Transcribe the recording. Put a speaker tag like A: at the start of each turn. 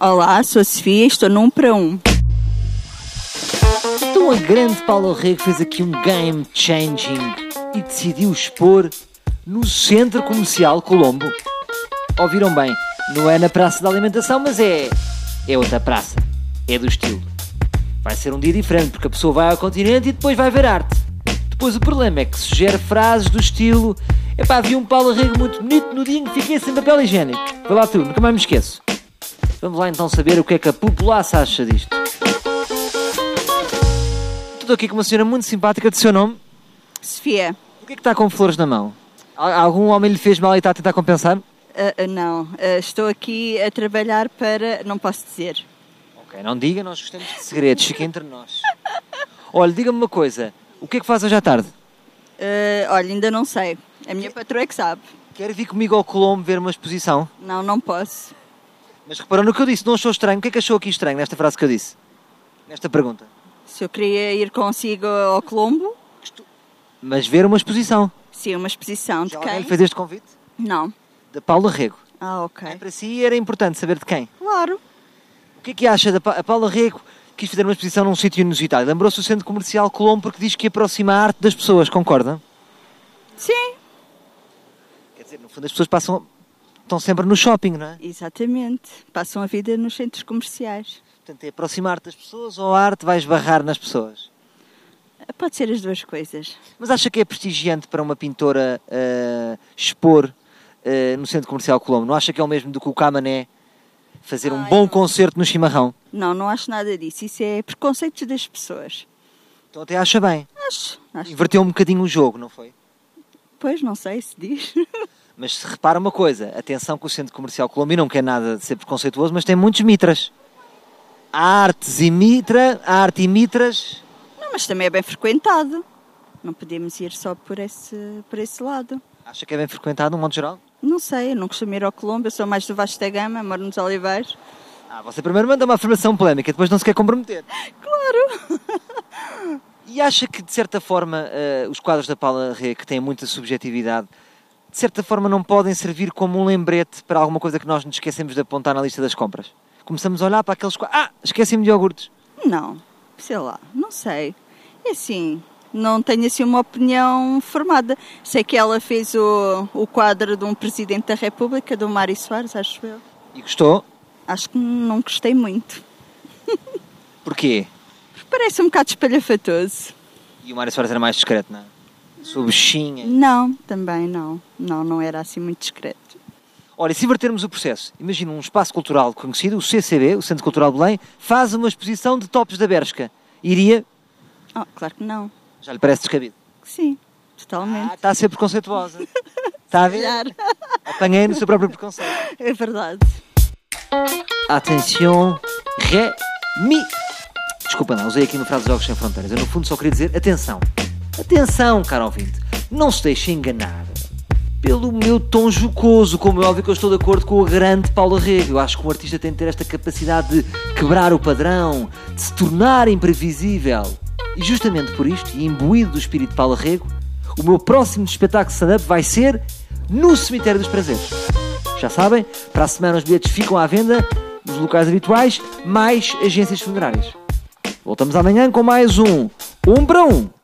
A: Olá, sou a Sofia e estou num para um.
B: Então a grande Paula Rego fez aqui um game changing e decidiu expor no Centro Comercial Colombo. Ouviram bem, não é na Praça da Alimentação, mas é. é outra praça. É do estilo. Vai ser um dia diferente, porque a pessoa vai ao continente e depois vai ver arte. Depois o problema é que sugere frases do estilo. Epá, vi um Paulo Rego muito bonito no dia em que fiquei sem papel higiênico. Vai lá tu, nunca mais me esqueço. Vamos lá então saber o que é que a populaça acha disto. Estou aqui com uma senhora muito simpática de seu nome.
A: Sofia,
B: O que é que está com flores na mão? Al- Algum homem lhe fez mal e está a tentar compensar?
A: ah, ah, não, ah, estou aqui a trabalhar para. não posso dizer.
B: Ok, não diga, nós gostamos de segredos, fica entre nós. Olha, diga-me uma coisa, o que é que faz hoje à tarde?
A: Ah, olha, ainda não sei. A minha patroa é que sabe.
B: Quer vir comigo ao Colombo ver uma exposição?
A: Não, não posso.
B: Mas reparou no que eu disse, não achou estranho? O que é que achou aqui estranho nesta frase que eu disse? Nesta pergunta.
A: Se eu queria ir consigo ao Colombo,
B: Mas ver uma exposição.
A: sim, uma exposição de
B: Já
A: quem?
B: alguém lhe fez este convite?
A: Não.
B: Da Paula Rego.
A: Ah, ok.
B: Para si era importante saber de quem.
A: Claro.
B: O que é que acha da Pa- a Paula Rego? Quis fazer uma exposição num sítio inusitado. Lembrou-se do Centro Comercial Colombo porque diz que aproxima a arte das pessoas, concorda?
A: Sim,
B: Quer dizer, no fundo as pessoas passam, estão sempre no shopping, não é?
A: exatamente. Passam a vida nos centros comerciais.
B: Portanto, é aproximar-te das pessoas ou a arte vai esbarrar nas pessoas.
A: Ah, Pode ser as duas coisas.
B: Mas acha que é prestigiante para uma pintora eh, expor eh, no Centro Comercial Colombo? Não acha que é o mesmo do que o Camané fazer um
A: Ai,
B: bom
A: não.
B: concerto no Chimarrão?
A: Não, não acho nada disso. Isso é preconceitos das pessoas.
B: Então até acha bem.
A: Acho. acho.
B: Inverteu um bocadinho o jogo, não foi?
A: Pois, não sei se diz.
B: Mas se repara uma coisa, atenção que o Centro Comercial Colombo, e não quer nada de ser preconceituoso, mas tem muitos mitras. Há artes e mitra, há arte e mitras.
A: Não, mas também é bem frequentado. Não podemos ir só por esse, por esse lado.
B: Acha que é bem frequentado, no modo geral?
A: Não sei, eu não costumo ir ao Colombo, eu sou mais do Vasco da Gama, moro nos Oliveiros.
B: Ah, você primeiro manda uma afirmação polémica, depois não se quer comprometer.
A: Claro!
B: E acha que, de certa forma, eh, os quadros da Paula Rê, que têm muita subjetividade, de certa forma não podem servir como um lembrete para alguma coisa que nós nos esquecemos de apontar na lista das compras? Começamos a olhar para aqueles quadros... Ah, esqueci-me de iogurtes.
A: Não, sei lá, não sei. É assim, não tenho assim uma opinião formada. Sei que ela fez o, o quadro de um Presidente da República, do Mário Soares, acho eu.
B: E gostou?
A: Acho que não gostei muito.
B: Porquê?
A: Parece um bocado espalhafatoso.
B: E o Mário Soares era mais discreto, não é? Sua bichinha.
A: Não, também não. Não, não era assim muito discreto.
B: Olha, se invertermos o processo, imagina um espaço cultural conhecido, o CCB, o Centro Cultural de Belém, faz uma exposição de tops da Bershka. Iria...
A: Ah, claro que não.
B: Já lhe parece descabido.
A: Sim, totalmente.
B: Ah, está a ser preconceituosa. Está a ver? Apanhei no seu próprio preconceito.
A: É verdade.
B: Atenção, ré, mi. Desculpa, não, usei aqui uma frase de Jogos Sem Fronteiras. Eu, no fundo, só queria dizer atenção. Atenção, caro ouvinte. Não se deixe enganar pelo meu tom jocoso. Como é óbvio que eu estou de acordo com o grande Paulo Rego. Eu acho que um artista tem de ter esta capacidade de quebrar o padrão, de se tornar imprevisível. E justamente por isto, e imbuído do espírito de Paulo Rego, o meu próximo espetáculo de stand-up vai ser no Cemitério dos Prazeres. Já sabem, para a semana os bilhetes ficam à venda nos locais habituais, mais agências funerárias. Voltamos amanhã com mais um Um para Um